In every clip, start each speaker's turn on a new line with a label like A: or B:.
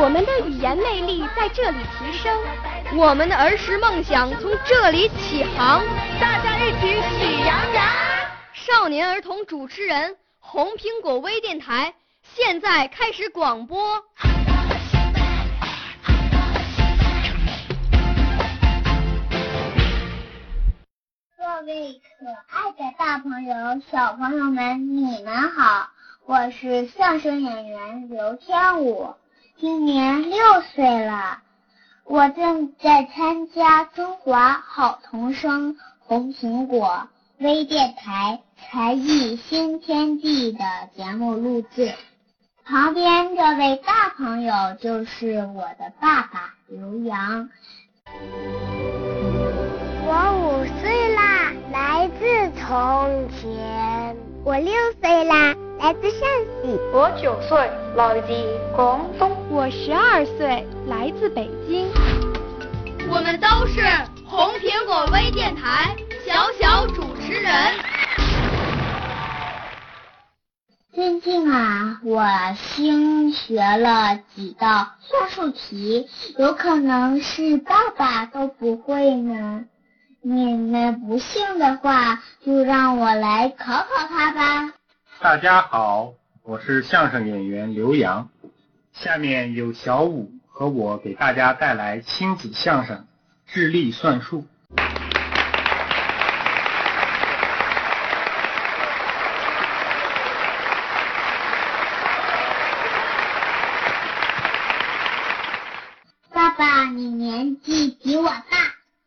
A: 我们的语言魅力在这里提升，我们的儿时梦想从这里起航。大家一起喜洋洋。少年儿童主持人，红苹果微电台现在开始广播。
B: 各位可爱的大朋友、小朋友们，你们好，我是相声演员刘天武，今年六岁了，我正在参加中华好童声红苹果微电台才艺新天地的节目录制。旁边这位大朋友就是我的爸爸刘洋。我五岁啦，来自从前。我六岁啦，来自陕西。
C: 我九岁，来自广东。
A: 我十二岁，来自北京。我们都是红苹果微电台小小主持人。
B: 最近啊，我新学了几道算术题，有可能是爸爸都不会呢。你们不信的话，就让我来考考他吧。
D: 大家好，我是相声演员刘洋。下面有小五和我给大家带来亲子相声《智力算术》。
B: 爸爸，你年纪比我大，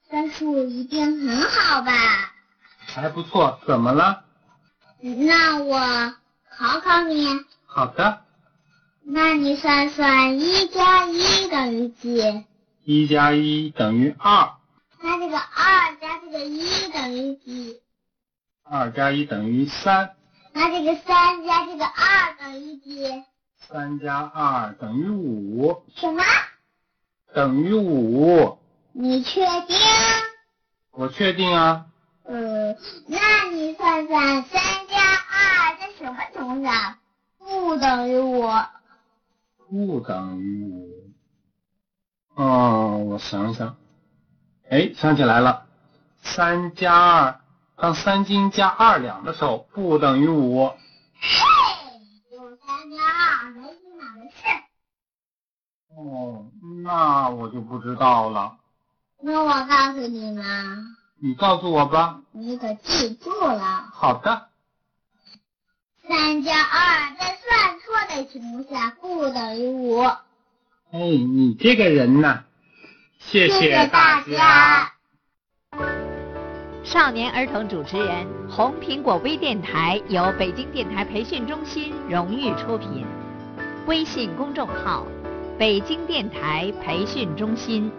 B: 算术一定很好吧？
D: 还不错，怎么了？
B: 那我考考你，
D: 好的，
B: 那你算算一加一等于几？
D: 一加一等于二，
B: 那这个二加这个一等于几？
D: 二加一等于三，
B: 那这个三加这个二等于几？
D: 三加二等于五，
B: 什么？
D: 等于五。
B: 你确定？
D: 我确定啊，
B: 嗯，那你算算三加二在什么乘上？不等于五。
D: 不等于五。嗯，我想想，哎，想起来了，三加二，当三斤加二两的时候，不等于五。
B: 嘿，有三加二没一码的事。
D: 哦，那我就不知道了。
B: 那我告诉你们，
D: 你告诉我吧。
B: 你可记住了，
D: 好的，
B: 三加二在算错的情况下不等于五。
D: 哎，你这个人呐，谢
B: 谢
D: 大
B: 家。
E: 少年儿童主持人，红苹果微电台由北京电台培训中心荣誉出品，微信公众号：北京电台培训中心。